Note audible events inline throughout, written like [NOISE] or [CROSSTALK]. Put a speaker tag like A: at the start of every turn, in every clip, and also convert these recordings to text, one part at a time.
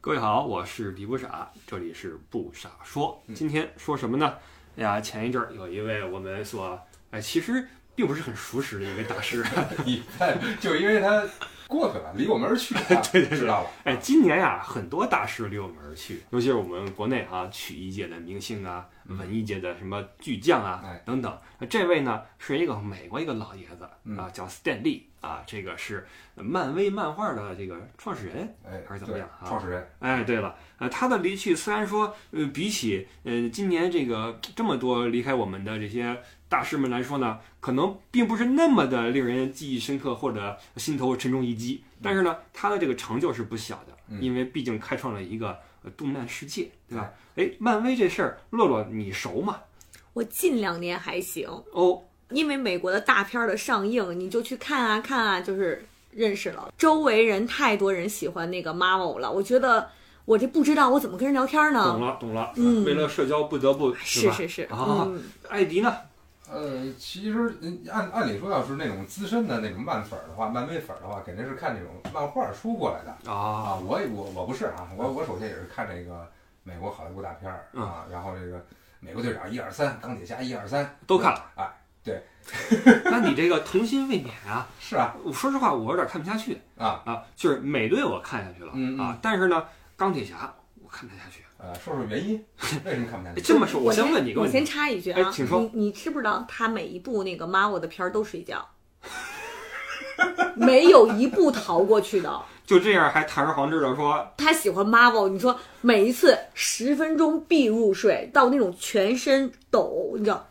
A: 各位好，我是比不傻，这里是不傻说。
B: 嗯
A: 今天说什么呢？哎呀，前一阵儿有一位我们所哎其实并不是很熟识的一位大
B: [LAUGHS]
A: 师，
B: 你看，就因为他过去了，离我们而去、啊， [LAUGHS] 对知道了。
A: 哎，今年呀、很多大师离我们而去，尤其是我们国内啊，曲艺界的明星啊，文艺界的什么巨匠啊
B: 嗯哎
A: 等等。那这位呢，是一个美国一个老爷子
B: 嗯
A: 啊，叫 Stan Lee 啊，这个是漫威漫画的这个创始人。
B: 哎，
A: 还是怎么样
B: 对
A: 啊
B: 创始人，
A: 哎，对了，呃，他的离去虽然说，呃，比起呃今年这个这么多离开我们的这些大师们来说呢，可能并不是那么的令人记忆深刻或者心头沉重一击，但是呢，他的这个成就是不小的，
B: 嗯
A: 因为毕竟开创了一个呃动漫世界，对吧？哎，漫威这事儿，洛洛你熟吗？
C: 我近两年还行，
A: 哦，
C: 因为美国的大片儿的上映，你就去看啊看啊，就是认识了。周围人太多人喜欢那个 Marvel 了，我觉得我这不知道我怎么跟人聊天
A: 哦懂
C: 呢。
A: 了懂了，
C: 嗯
A: 为了社交不得不
C: 是
A: 吧？
C: 是是，
A: 啊
C: 嗯，
A: 艾迪呢？
B: 呃，其实嗯按按理说，要是那种资深的那种漫粉儿的话，漫威粉儿的话，肯定是看这种漫画书过来的
A: 啊，
B: 啊。我也我我不是啊，我我首先也是看这个美国好莱坞大片儿
A: 嗯
B: 啊，然后这个美国队长一二三，钢铁侠一二三
A: 都看了。
B: 哎，对，
A: 那你这个童心未泯啊！
B: 是啊
A: 我说实话，我有点看不下去。
B: 啊
A: 啊，就是美队我看下去了、
B: 嗯嗯
A: 啊，但是呢，钢铁侠我看不下去。
B: 呃，说说原因，为什么看不下
A: 哎 [LAUGHS]
B: 去？
A: 这么说，
C: 我
A: 先
C: 先
A: 问你一个
C: 我
A: 问
C: 先
A: 题，
C: 插一句
A: 哎
C: 啊，
A: 请说
C: 你你知不知道他每一部那个 Marvel 的片儿都睡觉，没有一部逃过去的。
A: 就这样还堂而皇之的
C: [LAUGHS]
A: 说，哦
C: 他喜欢 Marvel，你说每一次十分钟必入睡，到那种全身抖，你知道，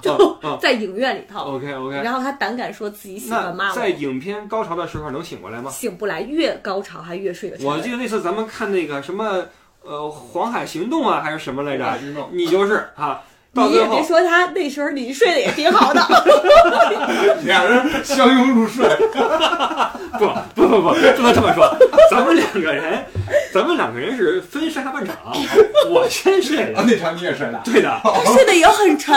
C: 就
A: 啊
C: 在影院里头。
A: OK OK，
C: 然后他胆敢说自己喜欢
A: 那在
C: Marvel，
A: 影片高潮的时候能醒过
C: [LAUGHS]
A: 来吗？
C: 醒不来，越高潮还越睡得
A: 我
C: 沉。
A: 记得那次咱们看那个什么呃《黄海行动》啊，还是什么来
B: 大
A: 着，
B: 运动
A: 你就是啊，到
C: 你也
A: 最
C: 别
A: 后
C: 说他那时候你睡得也挺
A: [LAUGHS]
C: 好的，
B: [LAUGHS] 俩人相拥入睡，
A: 不不不不，不能这么
C: [LAUGHS]
A: 说，咱们两个人，咱们两个人是分上下半场，我先睡
B: 啊，
A: 了，
B: 那场你也睡了。
A: 对的，
C: 他睡得也很沉。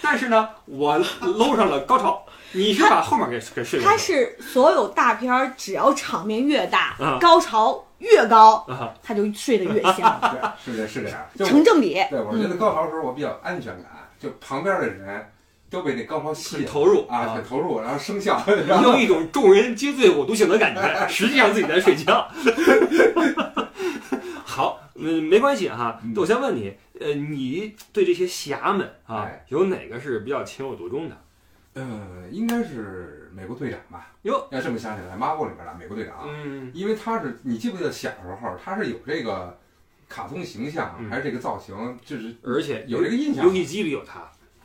A: 但是呢，我搂上了高潮，你是把后面给给睡过去了。
C: 他是所有大片儿，只要场面越大
A: 啊，
C: 高潮越高
A: 啊，
C: 他就睡得越香，
A: [LAUGHS]
B: 对，是这是这样。就
C: 成正比。
B: 对，我是觉得高潮的时候我比较有安全感，就旁边的人都被那高潮吸
A: 很
B: 引
A: 投入
B: 啊，
A: 啊
B: 很投入，然后生效，然后
A: 有一种众人皆醉我独醒的感觉， [LAUGHS] 实际上自己在睡觉。 [LAUGHS] 好，嗯，没关系哈。
B: 嗯
A: 我先问你，呃，你对这些侠们啊
B: 哎，
A: 有哪个是比较情有独钟的？
B: 呃，应该是美国队长吧？
A: 哟，
B: 要这么想起来，马布里边的美国队长，啊
A: 嗯，
B: 因为他是你记不记得小时候他是有这个卡通形象
A: 嗯
B: 还是这个造型，就是
A: 而且
B: 有这个印象
A: 游戏机里有他，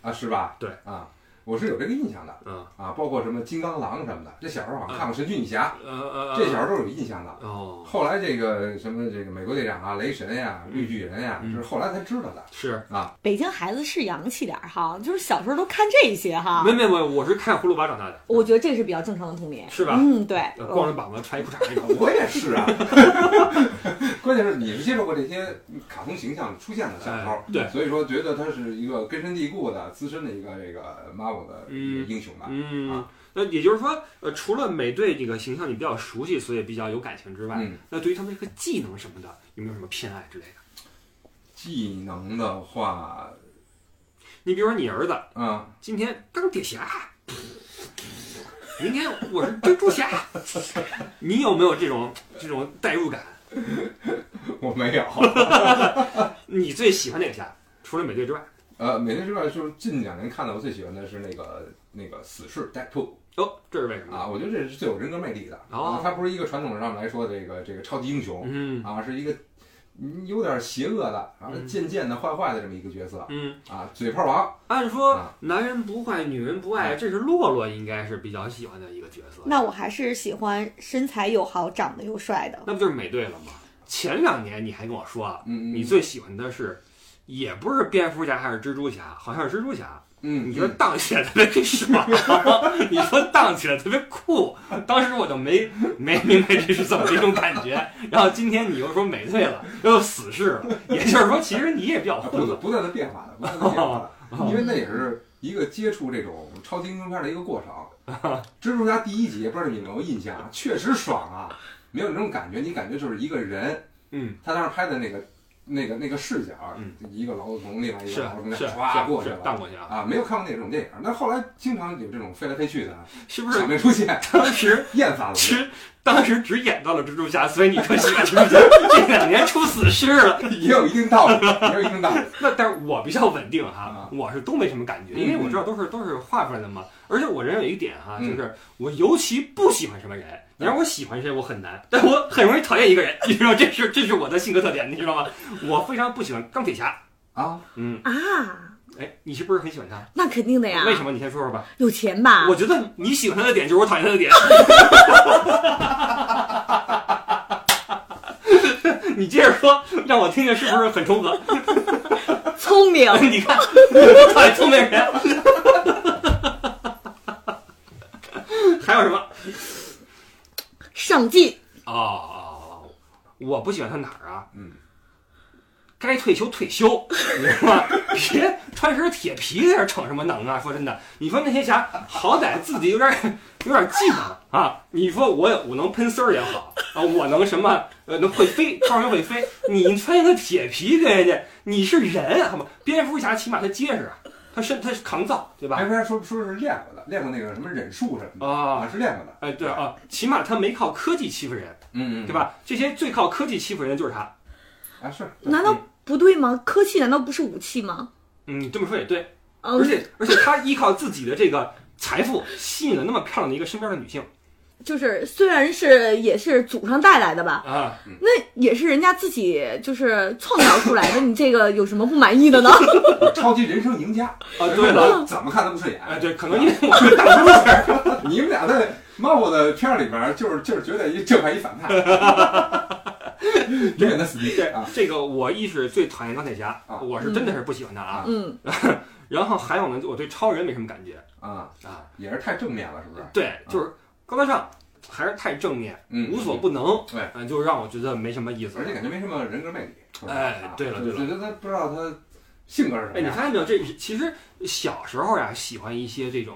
B: 啊，是吧？
A: 对
B: 啊，我是有这个印象的
A: 嗯，
B: 啊，包括什么金刚狼什么的，这小时候好
A: 嗯
B: 像看过神俊女侠，
A: 呃呃，
B: 这小时候都有印象的。
A: 哦，
B: 后来这个什么这个美国队长啊、雷神呀、
A: 嗯
B: 绿巨人呀，
A: 嗯
B: 就是后来才知道的。
A: 是，
C: 北京孩子是洋气点儿哈，就是小时候都看这些哈
A: 没。没没，我是看葫芦娃长大的，
C: 我觉得这是比较正常的童年，
A: 是吧
C: 嗯，对。
A: 呃
B: 哦
A: 光着膀子穿一裤衩那种。
B: [LAUGHS] 我也是啊，关键是你是接受过这些卡通形象出现的小时候
A: 哎，对
B: 所以说觉得他是一个根深蒂固的、资深的一个这个 Marvel 的
A: 嗯
B: 英雄吧。
A: 嗯
B: 啊，
A: 那也就是说，呃，除了美队这个形象你比较熟悉，所以比较有感情之外，
B: 嗯，
A: 那对于他们这个技能什么的，有没有什么偏爱之类的？
B: 技能的话，
A: 你比如说你儿子
B: 嗯，
A: 今天钢铁侠，明天我是蜘蛛侠， [LAUGHS] 你有没有这种这种代入感？
B: [LAUGHS] 我
A: [LAUGHS]
B: 没有。
A: 你最喜欢哪个侠？除了美队之外，
B: 呃，美队之外，就是近两年看的我最喜欢的是那个那个死侍 Deadpool
A: 哦，这是为什么？
B: 啊，我觉得这是最有人格魅力的。
A: 哦
B: 啊，他不是一个传统上来说的这个这个超级英雄，
A: 嗯
B: 啊，是一个嗯有点邪恶的，然后
A: 嗯
B: 贱贱的、坏坏的这么一个角色
A: 嗯，
B: 啊，嘴炮王。
A: 按说
B: 啊
A: 男人不坏，女人不爱，这是洛洛应该是比较喜欢的一个角色。
C: 那我还是喜欢身材又好、长得又帅的。
A: 那不就是美队了吗？前两年你还跟我说啊，
B: 嗯，嗯
A: 你最喜欢的是，也不是蝙蝠侠还是蜘蛛侠，好像是蜘蛛侠。
B: 嗯，
A: 你说荡起来特别爽， [LAUGHS] 你说荡起来特别酷，当时我就没没明白这是怎么一种感觉。然后今天你又说美队了，又死侍了，也就是说，其实你也比较
B: 啊
A: 糊
B: 不
A: 涂。
B: 不断的变化的，不断的变
A: 哦
B: 化的，因为那也是一个接触这种
A: [LAUGHS]
B: 超级英雄片的一个过程。蜘蛛侠第一集不知道你有没有印象，确实爽啊！没有那种感觉，你感觉就是一个人，
A: 嗯，
B: 他当时拍的那个那个那个视角，
A: 嗯
B: 一个老祖宗，另外
A: [LAUGHS]
B: 一
A: 是啊
B: 个老祖宗，
A: 是
B: 唰过去
A: 是
B: 了。
A: 荡过去啊，
B: 啊，没有看过那种电影，那后来经常有这种飞来飞去的，
A: 是不是
B: 场面出现，
A: 当时
B: 厌烦了。
A: 其实当时只演到了蜘蛛侠，所以你说喜欢蜘 [LAUGHS] 蛛侠，这两年出死尸了。
B: 也有一定道理，也有一定
A: [LAUGHS]
B: 道理。
A: 那但是我比较稳定哈
B: 啊，
A: 我是都没什么感觉，
B: 嗯
A: 因为我知道都是都是画出来的嘛。而且我人有一个点哈，就
B: 嗯
A: 是我尤其不喜欢什么人。你让我喜欢谁，我很难，但我很容易讨厌一个人，你知道，这是这是我的性格特点，你知道吗？我非常不喜欢钢铁侠。
B: 啊，
A: 嗯，
C: 啊，
A: 哎，你是不是很喜欢他？
C: 那肯定的呀。啊
A: 为什么？你先说说吧。
C: 有钱吧？
A: 我觉得你喜欢他的点就是我讨厌他的
B: [LAUGHS]
A: 点。你接着说，让我听听是不是很重合？
C: 聪
A: [LAUGHS]
C: 明，
A: 你看，我讨厌聪明人。还有什么？
C: 上进，
A: 哦哦，哦我不喜欢他哪儿啊？
B: 嗯，
A: 该退休退休，你知道吗？别穿身铁皮在这儿逞什么能啊！说真的，你说那些侠好歹自己有点有点技能啊！你说我有我能喷丝儿也好啊，我能什么呃能会飞，超人会飞，你穿一个铁皮跟人家，你是人啊好吗？蝙蝠侠起码他结实啊，他身他扛造对吧？
B: 还说说说是练过的，练过那个什么忍术什么的
A: 啊，
B: 啊，是练过的。
A: 哎对啊，起码他没靠科技欺负人，
B: 嗯，嗯
A: 对？吧？这些最靠科技欺负人的就是他。
B: 啊，是
C: 难道不对吗？科技难道不是武器吗？
A: 嗯，你这么说也对。
C: 嗯
A: 而，且而且他依靠自己的这个财富，吸引了那么漂亮的一个身边的女性
C: 就是虽然是也是祖上带来的吧，
A: 啊，
C: 那也是人家自己就是创造
A: [LAUGHS]
C: 出来的，你这个有什么不满意的呢？
B: [LAUGHS] 超级人生赢家啊！
A: 对
B: [LAUGHS]
A: 了，
B: 怎么看都不顺眼。
A: 哎，对，可能因为我们打不出来，
B: [LAUGHS] 你们俩在猫我的片儿里边，就是就是觉得一正派一反派，永远的死敌
A: 对
B: 啊！
A: 这个我一是最讨厌钢铁侠，
B: 啊
A: 我是真的是不喜欢他啊。
C: 嗯，
A: 然后还有呢，我对超人没什么感觉
B: 啊，
A: 啊，
B: 也是太正面了，是不是？
A: 对，就是高大上，还是太正面，
B: 嗯，
A: 无所不能，
B: 对
A: 嗯，就让我觉得没什么意思
B: 而。且感觉没什么人格魅力。是吧
A: 哎
B: 啊
A: 对了
B: 就
A: 对了
B: 觉得他不知道他性格是什么
A: 哎，你
B: 样。
A: 发现没有？这其实小时候呀，喜欢一些这种，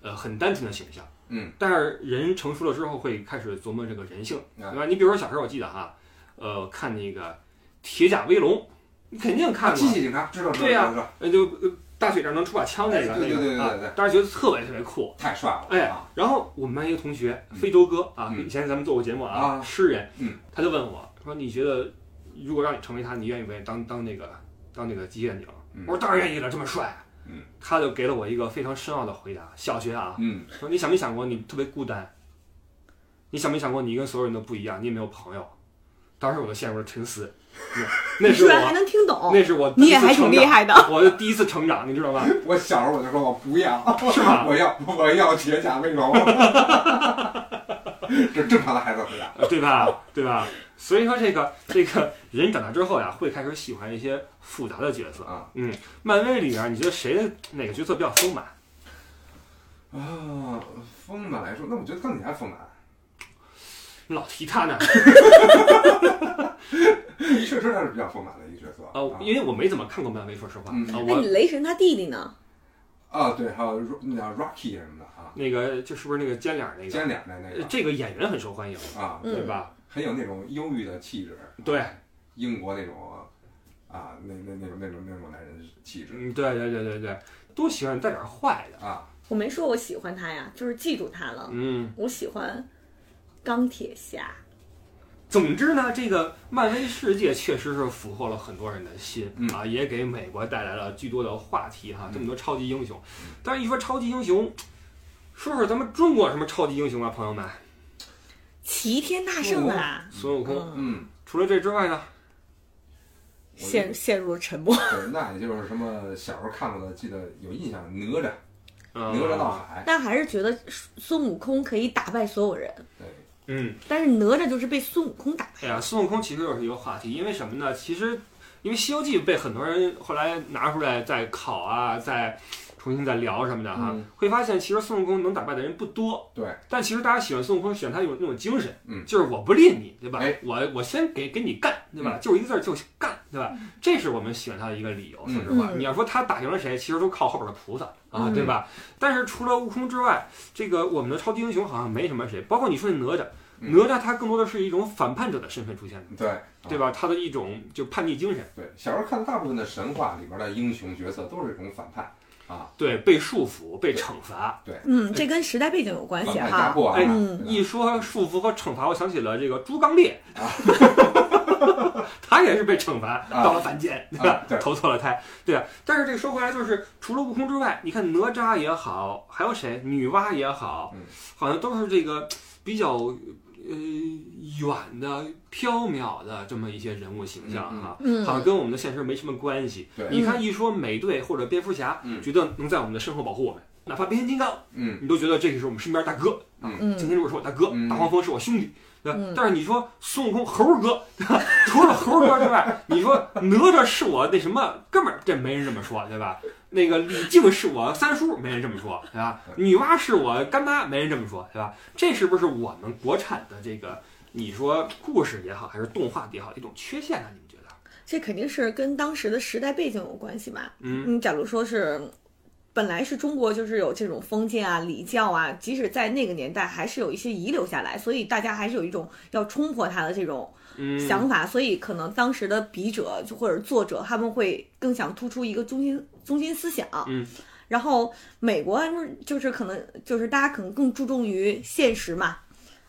A: 呃，很单纯的形象。
B: 嗯，
A: 但是人成熟了之后，会开始琢磨这个人性，
B: 啊
A: 对吧？你比如说小时候，我记得哈，呃，看那个《铁甲威龙》，你肯定看
B: 机
A: 过，
B: 器警察知道知道
A: 对呀
B: 知道，
A: 呃，就呃大腿上能出把枪那个，
B: 哎对对对
A: 那个
B: 对对
A: 啊，当时觉得特别特别酷。
B: 太帅了。
A: 哎
B: 啊，
A: 然后我们班一个同学，
B: 嗯
A: 非洲哥啊，
B: 嗯
A: 以前咱们做过节目
B: 啊
A: 诗人，
B: 嗯
A: 他就问我说：“你觉得如果让你成为他，你愿意不愿意当当那个当那个机械警？”
B: 嗯
A: 我说：“当然愿意了，这么帅。”
B: 嗯，
A: 他就给了我一个非常深奥的回答。小学啊，
B: 嗯。 [LAUGHS]
A: 说你想没想过你特别孤单？你想没想过你跟所有人都不一样，你也没有朋友？当时我就陷入了沉思，
C: [LAUGHS]
A: 那那
C: 你
A: 是
C: 居然还
A: 我，
C: 能听懂，
A: 那是我第
C: 哦你
A: 一
C: 也
A: 次
C: 还挺
A: 成
C: 厉
A: 长，
C: 害的。
A: 我的第一次成长，你知道吧？
B: 我小时候我就说我不要，
A: 是
C: [LAUGHS]
A: 吗
B: 我要我要铁甲威龙，这正常的孩子回答。
A: 呃对吧？对吧？所以说这个这个人长大之后呀，会开始喜欢一些复杂的角色
B: 啊。
A: 嗯，漫威里边，你觉得谁的哪个角色比较丰满？
B: 啊，丰满来说，那我觉得钢铁侠丰满，
A: 老提他
C: [LAUGHS]
A: 呢？
B: 确实他是比较丰满的一个角色
A: 啊，因为我没怎么看过漫威，说实话
B: 嗯
A: 啊，
C: 那
A: 我
C: 你雷神他弟弟呢？
B: 啊，对，还有 Ro- 那叫 Rocky 什么的啊，
A: 那个就是不是那个尖脸儿那个
B: 尖脸的那
A: 呃？
B: 个
A: 这个演员很受欢迎，
B: 啊，
C: 嗯
A: 对吧？
B: 很有那种忧郁的气质，
A: 对，
B: 英国那种啊，那那那种那种那种男人的气质
A: 嗯，对对对对对，都喜欢带点坏的。
B: 啊，
C: 我没说我喜欢他呀，就是记住他了。
A: 嗯，
C: 我喜欢钢铁侠，
A: 总之呢，这个漫威世界确实是俘获了很多人的心、
B: 嗯
A: 啊，也给美国带来了巨多的话题哈、
B: 嗯
A: 这么多超级英雄，但是一说超级英雄，说说咱们中国有什么超级英雄啊，朋友们，
C: 齐天大圣啊！
A: 孙悟空。
C: 嗯，
B: 嗯，
A: 除了这之外呢，
B: 我就
C: 陷陷入了沉默。
B: 对，那也就是什么小时候看过的，记得有印象，哪吒，
A: 呃、
B: 哪吒闹海。
C: 但还是觉得孙悟空可以打败所有人，
B: 对，
A: 嗯，
C: 但是哪吒就是被孙悟空打败。
A: 哎呀，孙悟空其实又是一个话题，因为什么呢？其实因为《西游记》被很多人后来拿出来再考啊，再重新再聊什么的哈、
B: 嗯
A: 会发现其实孙悟空能打败的人不多。
B: 对，
A: 但其实大家喜欢孙悟空，喜欢他有那种精神，
B: 嗯
A: 就是我不吝你，对吧？
B: 哎嗯
A: 我我先给给你干，对吧？就是一个字儿，就是干，对吧？这是我们喜欢他的一个理由。说实话，
C: 嗯
A: 你要说他打赢了谁，其实都靠后边的菩萨啊，
C: 嗯
A: 对吧？但是除了悟空之外，这个我们的超级英雄好像没什么谁，包括你说的哪吒，
B: 嗯
A: 哪吒他更多的是一种反叛者的身份出现的，
B: 对
A: 对吧？他的一种就叛逆精神，
B: 对，小时候看的大部分的神话里边的英雄角色都是这种反派啊，
A: 对，被束缚、被惩罚。
C: 嗯，这跟时代背景有关
B: 反
C: 系
B: 派压
C: 哈。
B: 迫啊，
A: 哎
C: 嗯
B: 对吧
A: 一说束缚和惩罚，我想起了这个猪刚鬣， [LAUGHS] 他也是被惩罚
B: 啊
A: 到了凡间，对吧
B: 啊？
A: [LAUGHS]
B: 对
A: 投错了胎，对啊。但是这个说回来，就是除了悟空之外，你看哪吒也好，还有谁？女娲也好
B: 嗯，
A: 好像都是这个比较呃远的、缥缈的这么一些人物形象
B: 嗯嗯嗯
A: 哈。
C: 嗯
A: 好，像跟我们的现实没什么关系。
B: 对
A: 你看一说美队或者蝙蝠侠，
B: 嗯
A: 觉得能在我们的身后保护我们，哪怕变形金刚，
B: 嗯
A: 你都觉得这个是我们身边大哥，擎
C: 嗯，
A: 天柱是我大哥，
B: 嗯
A: 大黄蜂是我兄弟，对吧？
C: 嗯
A: 但是你说孙悟空猴儿哥，对吧除了猴儿哥之外，你说哪吒是我那什么哥们儿，这没人这么说，对吧？那个李靖是我三叔，没人这么说，对吧？女娲是我干妈，没人这么说，对吧？这是不是我们国产的这个你说故事也好，还是动画也好，一种缺陷啊呢？你们觉得？
C: 这肯定是跟当时的时代背景有关系嘛。
A: 嗯
C: 嗯，假如说是本来是中国就是有这种封建啊、礼教啊，即使在那个年代还是有一些遗留下来，所以大家还是有一种要冲破它的这种
A: 嗯，
C: 想法，所以可能当时的笔者就或者作者他们会更想突出一个中心中心思想。
A: 嗯。
C: 然后美国就是可能就是大家可能更注重于现实嘛，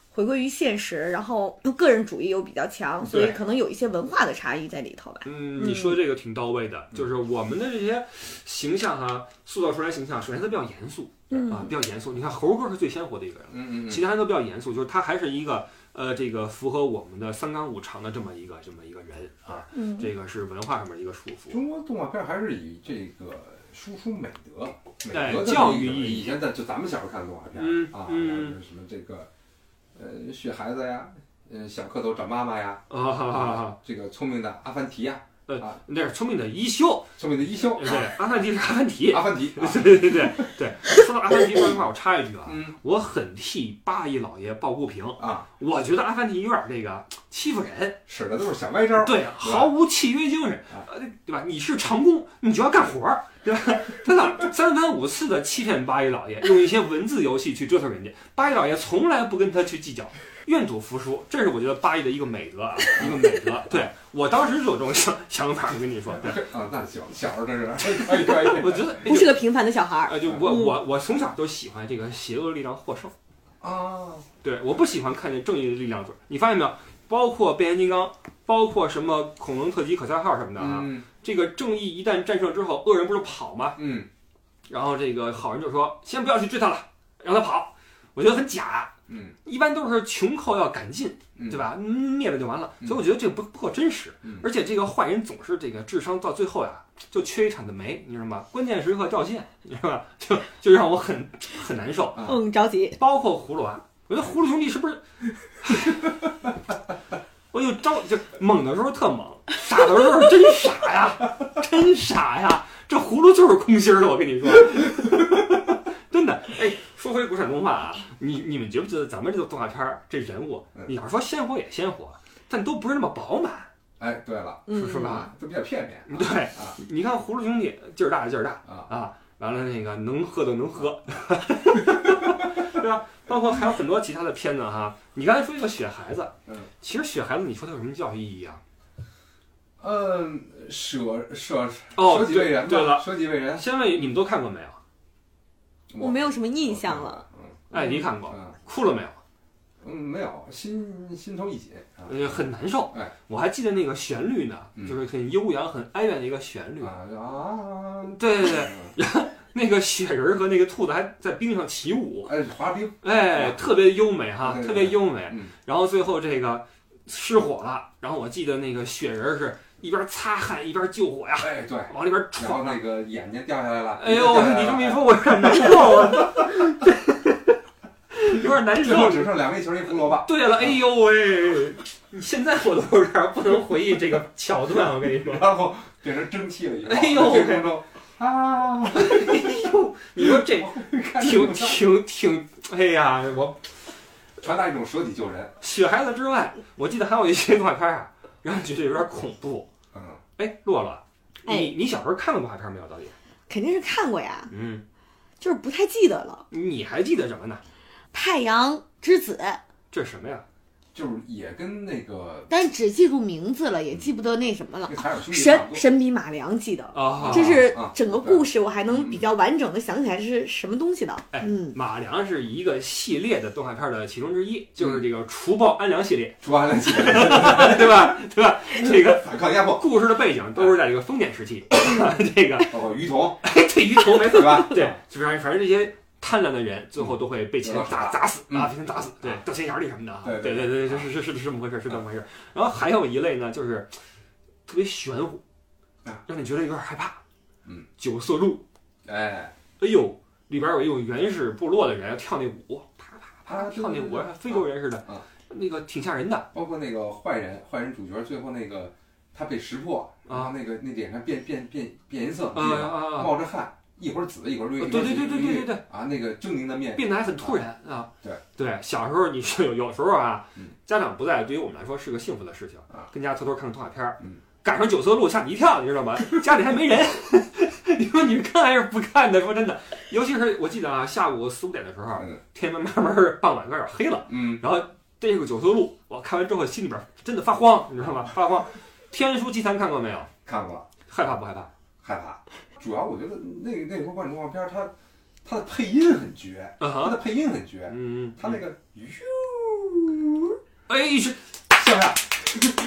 C: 回归于现实，然后又个人主义又比较强，所以
A: 对
C: 可能有一些文化的差异在里头吧。
A: 嗯，你说的这个挺到位的，就是我们的这些形象哈、塑造出来形象，首先它比较严肃，
C: 嗯
A: 啊，比较严肃。你看猴哥是最鲜活的一个人，
B: 嗯嗯
A: 其他人都比较严肃，就是他还是一个呃，这个符合我们的三纲五常的这么一个这么一个人啊，
C: 嗯，
A: 这个是文化上面的一个束缚。
B: 中国动画片还是以这个输出美德、美
A: 哎
B: 德的
A: 教
B: 意
A: 育
B: 义为
A: 意义
B: 以前在就咱们小时候看的动画片、
A: 嗯
B: 啊，
A: 嗯
B: 然后什么这个呃血孩子呀，嗯小蝌蚪找妈妈呀，
A: 啊哈哈哈，
B: 这个聪明的阿凡提呀，
A: 那是聪明的一休，
B: 聪明的一休，
A: 对，阿凡提是阿凡提，
B: 阿凡提，哦啊
A: [LAUGHS] 对对对对对。说到阿凡提，说实话，我插一句啊，
B: 嗯
A: 我很替八一老爷抱不平，
B: 啊，
A: 我觉得阿凡提有点这个欺负人。
B: 使的都是小歪招，
A: 对，啊毫无契约精神
B: 啊，
A: 呃，对吧？你是长工，你就要干活儿，对吧？ [LAUGHS] 真的三番五次的欺骗八一老爷，用一些文字游戏去折腾人家，八一老爷从来不跟他去计较。愿赌服输，这是我觉得八一的一个美德啊， [LAUGHS] 一个美德。对我当时就有这种想想法，我跟你说，对，
B: 啊，那行，小时候真是，哎可以可以，
A: 我觉得哎
C: 不是个平凡的小孩儿。
A: 呃，就我
C: 嗯
A: 我我从小就喜欢这个邪恶力量获胜，
B: 啊，
A: 对，我不喜欢看见正义的力量准。你发现没有？包括变形金刚，包括什么恐龙特级可赛号什么的啊，
B: 嗯
A: 这个正义一旦战胜之后，恶人不是跑吗？
B: 嗯
A: 然后这个好人就说：“先不要去追他了，让他跑。”我觉得很假，啊
B: 嗯
A: 一般都是穷寇要赶尽，
B: 嗯，
A: 对？吧？灭了就完了，
B: 嗯
A: 所以我觉得这个不不够真实
B: 嗯。
A: 而且这个坏人总是这个智商到最后呀，就缺一铲子煤，你知道吗？关键时刻掉线，你知道吗？就就让我很很难受。
C: 嗯，着急。
A: 包括葫芦娃，我觉得葫芦兄弟是不是？ [LAUGHS] 我就招就猛的时候特猛，傻的时候真傻呀， [LAUGHS] 真傻呀！这葫芦就是空心儿的，我跟你说， [LAUGHS] 真的。哎，说回国产动画啊，你你们觉不觉得咱们这个动画片儿这人物
B: 嗯，
A: 你要说鲜活也鲜活，但都不是那么饱满，
B: 哎，对了，
A: 说
C: 嗯，
A: 实话，
B: 啊，都比较片面，啊
A: 对
B: 啊
A: 你看葫芦兄弟劲儿大劲儿大
B: 啊，
A: 啊，完了那个能喝的能喝，对吧？包括还有很多其他的片子哈。你刚才说这个雪孩子，
B: 嗯，
A: 其实雪孩子，你说它有什么教育意义啊？
B: 嗯，舍舍
A: 哦
B: 舍己为人吧
A: 对对了
B: 舍己为人，
A: 先问你们都看过没有？
C: 我没有什么印象了。
B: 了，
A: 哎，你看
B: 嗯
A: 过，
B: 嗯
A: 哭了没有？
B: 嗯，没有，心心头一紧啊
A: 呃，很难受
B: 哎。
A: 我还记得那个旋律呢，
B: 嗯
A: 就是很悠扬、很哀怨的一个旋律。
B: 啊就啊，
A: 对对对，
B: 嗯
A: [LAUGHS] 那个雪人儿和那个兔子还在冰上起舞，
B: 哎，滑冰，
A: 哎，特别优美哈，
B: 对对
A: 特别优美
B: 嗯。
A: 然后最后这个失火了，然后我记得那个雪人儿是一边擦汗一边救火呀，
B: 哎，对，
A: 往里边
B: 然后
A: 闯。
B: 那个眼睛掉下来了，
A: 哎呦，你这么一说，我有点难受啊，有点难
B: 最后
A: 受。
B: 只剩两个球一胡萝卜，
A: 对了，哎哎呦喂，你现在我都有点不能回忆这个桥段，我跟你说。
B: 然后变成蒸汽了以后，
A: 哎呦
B: 天空中啊，
A: 哎呦，你说这
B: 看着
A: 挺
B: 就像
A: 挺挺，哎呀，我
B: 传达一种舍己救人，
A: 雪孩子之外，我记得还有一些动画片啊，让人觉得有点恐怖。
B: 嗯，
A: 哎，洛洛，你、
C: 哎
A: 你小时候看过动画片没有？到底？
C: 肯定是看过呀，
A: 嗯，
C: 就是不太记得了。
A: 你还记得什么呢？
C: 《太阳之子》
A: 这是什么呀？
B: 就是也跟那个
C: 但只记住名字了，也记不得那什么了
B: 那。个海尔兄弟
C: 神
B: 差不多
C: 神笔马良记得，
A: 啊，
C: 这是
B: 啊
C: 整个
B: 对
C: 故事，我还能比较完整的想起来是什么东西的。
A: 哎
C: 嗯，
A: 马良是一个系列的动画片的其中之一，就是这个除暴安良系列， [LAUGHS]
B: 朱安起
A: 对吧？对吧？这个
B: 反抗压迫，
A: 故事的背景都是在这个封建时
B: [LAUGHS]
A: 期，这个
B: 包括
A: [LAUGHS]
B: 于童，
A: 对于头没错
B: 对，吧？
A: 对，就是反正这些贪婪的人最后都会被钱
B: 嗯
A: 打砸死
B: 嗯
A: 啊，被钱砸死，对，掉钱眼里什么的啊，
B: 对
A: 对
B: 对
A: 对对，是是是是这么回事，是这么回事。然后还有一类呢，就是特别玄乎
B: 啊，
A: 让你觉得有点害怕。
B: 嗯，
A: 九色鹿，
B: 哎，
A: 哎呦，里边有一种原始部落的人跳那舞，啪啪啪
B: 啊对
A: 跳那
B: 对
A: 舞
B: 对，
A: 非洲人似的
B: 啊，
A: 那个挺吓人的。
B: 包括那个坏人，坏人主角最后那个他被识破，然后那个那脸上变变变变颜色，
A: 啊啊啊！
B: 冒着汗，一会儿紫一会儿绿，
A: 对
B: 一会
A: 对
B: 儿
A: 对对对对
B: 绿
A: 对，
B: 啊，那个狰狞的面，
A: 变得还很突然啊。
B: 对
A: 对，小时候你是有有时候啊
B: 嗯，
A: 家长不在，对于我们来说是个幸福的事情
B: 啊，
A: 跟家偷偷看看动画片儿
B: 嗯。
A: 赶上九色鹿吓你一跳，你知道吗？家里还没人， [LAUGHS] 你说你看还是不看的？说真的，尤其是我记得啊，下午四五点的时候
B: 嗯，
A: 天慢慢慢儿傍晚有点黑了，
B: 嗯，
A: 然后这是个九色鹿，我看完之后心里边真的发慌，你知道吗？发慌。天书奇谭看过没有？
B: 看过了，
A: 害怕不害怕？
B: 害怕。主要我觉得那个那部怪动画片，它它的配音很绝，
A: 啊
B: 它
A: 哈，
B: 的配音很绝，
A: 嗯，
B: 它那个呦，
A: 哎，是，
B: 像不像？ [LAUGHS]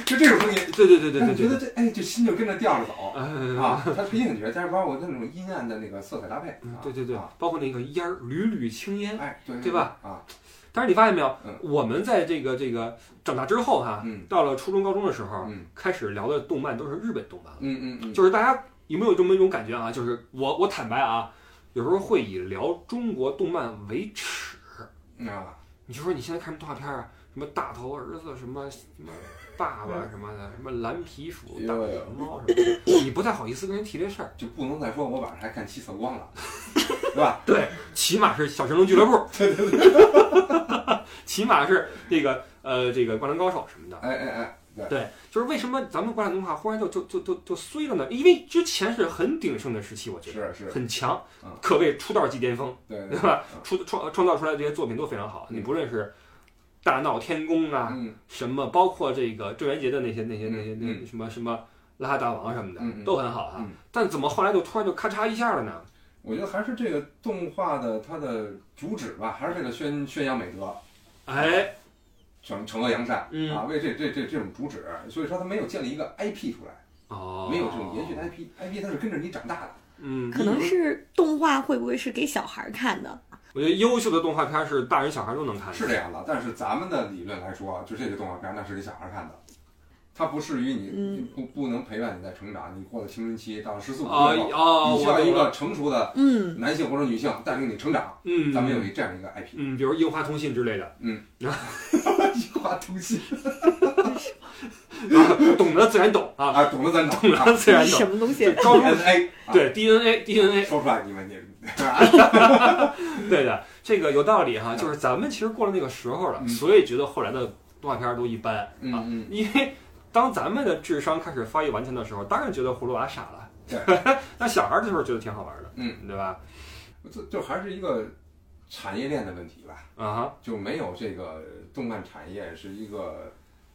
B: 就这种声音，
A: 对对对对对
B: 我觉
A: 对，
B: [LAUGHS] 得这哎，这心就跟着调着走
A: 嗯，
B: 啊。它配音很绝，但是包括那种阴暗的那个色彩搭配
A: 嗯，
B: 啊
A: 对对对
B: 啊，
A: 包括那个烟儿缕缕青烟。
B: 哎，对
A: 对吧？
B: 啊，
A: 但是你发现没有
B: 嗯，
A: 我们在这个这个长大之后哈，
B: 嗯
A: 到了初中高中的时候，
B: 嗯
A: 开始聊的动漫都是日本动漫了。
B: 嗯嗯嗯，
A: 就是大家有没有这么一种感觉啊？就是我我坦白啊，有时候会以聊中国动漫为耻。
B: 嗯啊，
A: 你就说你现在看什么动画片啊？什么大头儿子，什么什么爸
B: 嗯
A: 爸什么的，什么蓝皮鼠、大
B: 有有
A: 野猫什么的，你不太好意思跟人提这事儿。
B: 就不能再说我晚上还看七色光了，对吧？ [LAUGHS]
A: 对，起码是小神龙俱乐部，起码是这个呃这个灌篮高手什么的。
B: 哎哎哎，对，
A: 对，就是为什么咱们国产动画忽然就就就就就衰了呢？因为之前是很鼎盛的时期，我觉得
B: 是是，
A: 很强
B: 嗯，
A: 可谓出道即巅峰，
B: 对
A: 对
B: 对，
A: 吧？出创创造出来的这些作品都非常好，
B: 嗯
A: 你不论是大闹天宫啊，
B: 嗯
A: 什么包括这个郑渊洁的那些那些那些
B: 嗯
A: 那些什么什么拉大王什么
B: 嗯
A: 的
B: 嗯
A: 都很好啊
B: 嗯，
A: 但怎么后来就突然就咔嚓一下了呢？
B: 我觉得还是这个动画的它的主旨吧，还是为了宣宣扬美德，
A: 哎，
B: 惩惩恶扬善
A: 嗯
B: 啊，为这这这这种主旨，所以说它没有建立一个 IP 出来，
A: 哦，
B: 没有这种延续的 IP，IP 它是跟着你长大的，
A: 嗯，
C: 可能是动画会不会是给小孩儿看的？
A: 我觉得优秀的动画片是大人小孩都能看的，
B: 啊是这样的。但是咱们的理论来说，啊就这个动画片那是给小孩看的。它不适于你，
C: 嗯
B: 你不不能陪伴你在成长。你过了青春期，到十四五
A: 啊
B: 岁后，
A: 哦，
B: 你需要
A: 我
B: 一
A: 懂了
B: 个成熟的
C: 嗯，
B: 男性或者女性带领你成长。
A: 嗯，
B: 咱们有一这样一个 IP，
A: 嗯，比如樱花通信之类的，嗯
B: 一 [LAUGHS] 花通信
A: 懂得自然懂啊，
B: 啊，懂了咱懂
A: 懂得自然
C: 什
A: 懂。
C: 么东
A: 就
C: 西？
A: 高中
B: DNA 啊
A: 对 DNA DNA
B: 说出来你们你
A: 啊对的，这个有道理哈，就是咱们其实过了那个时候了，
B: 嗯
A: 所以觉得后来的动画片都一般，
B: 嗯嗯，
A: 因为当咱们的智商开始发育完全的时候，当然觉得葫芦娃傻了。
B: 对，
A: [LAUGHS] 那小孩儿的时候觉得挺好玩的，
B: 嗯，
A: 对吧？
B: 这嗯就还是一个产业链的问题吧，
A: 啊哈，
B: 就没有这个动漫产业是一个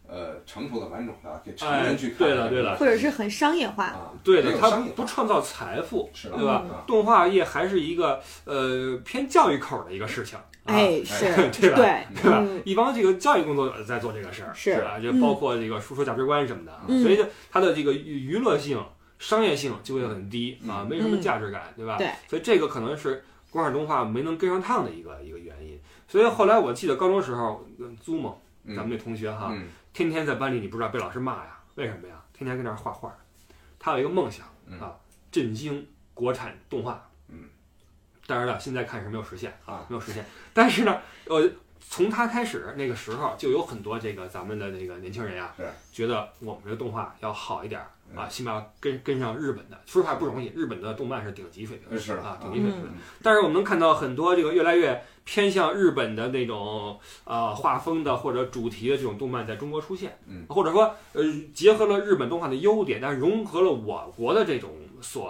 B: 呃成熟的完整的给成人去看
A: 哎对了对了
C: 或者是很商业化？
B: 啊，
A: 对
B: 没
A: 的，
B: 有
A: 它
B: 商业
A: 不
B: 化
A: 创造财富，
B: 是
A: 对吧？
B: 啊
A: 动画业还是一个呃偏教育口儿的一个事情，啊、
C: 哎，是，
A: [LAUGHS] 对吧？
C: 对，
A: 对吧
C: 嗯，
A: 一帮这个教育工作者在做这个事儿，
C: 是
A: 吧？就包括这个输出价值观什么的，啊
C: 嗯
A: 所以呢，它的这个娱乐性、商业性就会很低啊，
B: 嗯
A: 没什么价值感，对吧？
C: 对，
A: 所以这个可能是国产动画没能跟上趟的一个一个原因。所以后来我记得高中时候，嗯租某
B: 嗯
A: 咱们那啊同学哈，
B: 嗯
A: 天天在班里你不知道被老师骂呀，为什么呀？天天跟那儿画画，他有一个梦想
B: 嗯
A: 啊，震惊国产动画。
B: 嗯，
A: 当然了，现在看是没有实现啊
B: 啊，
A: 没有实现。但是呢，呃，从他开始那个时候，就有很多这个咱们的这个年轻人呀、
B: 是嗯
A: 觉得我们的动画要好一点儿啊，起码要跟跟上日本的。说实话不容易，日本的动漫是顶级水平的，
B: 是的
A: 啊，
B: 啊
A: 顶级水平的。
B: 嗯
A: 但是我们能看到很多这个越来越偏向日本的那种呃画风的或者主题的这种动漫在中国出现，
B: 嗯
A: 或者说呃结合了日本动画的优点，但是融合了我国的这种所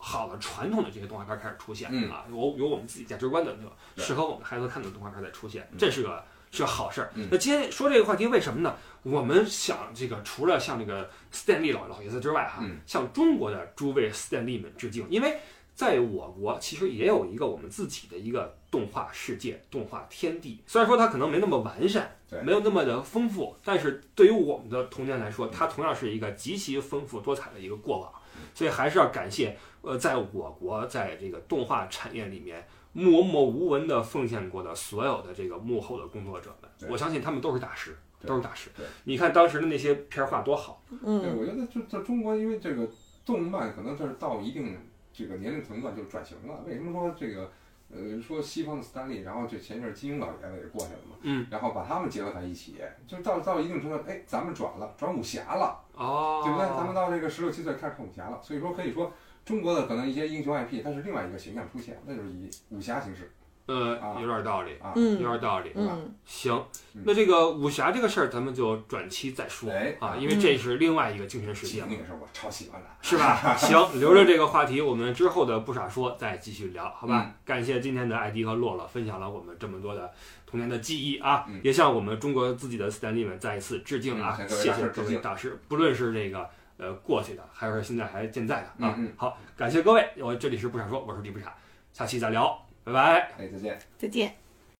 A: 好的传统的这些动画片开始出现、
B: 嗯
A: 啊，有有我们自己价值观的那种
B: 对
A: 适合我们孩子看的动画片在出现，
B: 嗯
A: 这是个是好事儿
B: 嗯。
A: 那今天说这个话题为什么呢？我们想这个除了向这个斯坦利老老爷子之外哈、
B: 嗯
A: 向中国的诸位斯坦利们致敬，因为在我国其实也有一个我们自己的一个动画世界、动画天地，虽然说它可能没那么完善
B: 对，
A: 没有那么的丰富，但是对于我们的童年来说，它同样是一个极其丰富多彩的一个过往。所以还是要感谢，呃，在我国在这个动画产业里面默默无闻的奉献过的所有的这个幕后的工作者
B: 对
A: 们，我相信他们都是大师，
B: 对
A: 都是大师
B: 对。
A: 你看当时的那些片儿画多好，
B: 对，
C: 嗯，
B: 我觉得就在中国，因为这个动漫可能就是到一定这个年龄层段就转型了。为什么说这个呃说西方的斯坦利，然后这前一阵金庸老爷子也过去了嘛，
A: 嗯，
B: 然后把他们结合在一起，就到到一定程度，哎，咱们转了，转武侠了，
A: 哦，
B: 对不对？咱们到这个十六七岁开始看武侠了，所以说可以说。中国的可能一些英雄 IP，它是另外一个形象出现，那就是以武侠形式啊
A: 呃，有点道理，
B: 啊。
A: 有
C: 嗯
A: 点道理。
C: 嗯，
A: 行
B: 嗯，
A: 那这个武侠这个事儿，咱们就转期再说
B: 哎
A: 啊，因为这是另外一个精神世界
B: 启
A: 嘛
B: 蒙，也是我超喜欢的。
A: 是
B: [LAUGHS]
A: 吧？行，留着这个话题，我们之后的不傻说再继续聊，好吧？
B: 嗯
A: 感谢今天的艾迪和洛洛分享了我们这么多的童年的记忆啊，
B: 嗯
A: 也向我们中国自己的斯坦利们再一次致敬啊！
B: 嗯向各位
A: 谢
B: 大师
A: 谢
B: 致
A: 各位
B: 敬
A: 大师，不论是这个呃过去的，还是现在还健在的啊。
B: 嗯嗯
A: 好，感谢各位，我这里是不傻说，我是李不傻，下期再聊，拜拜。
B: 哎，再见。
C: 再见。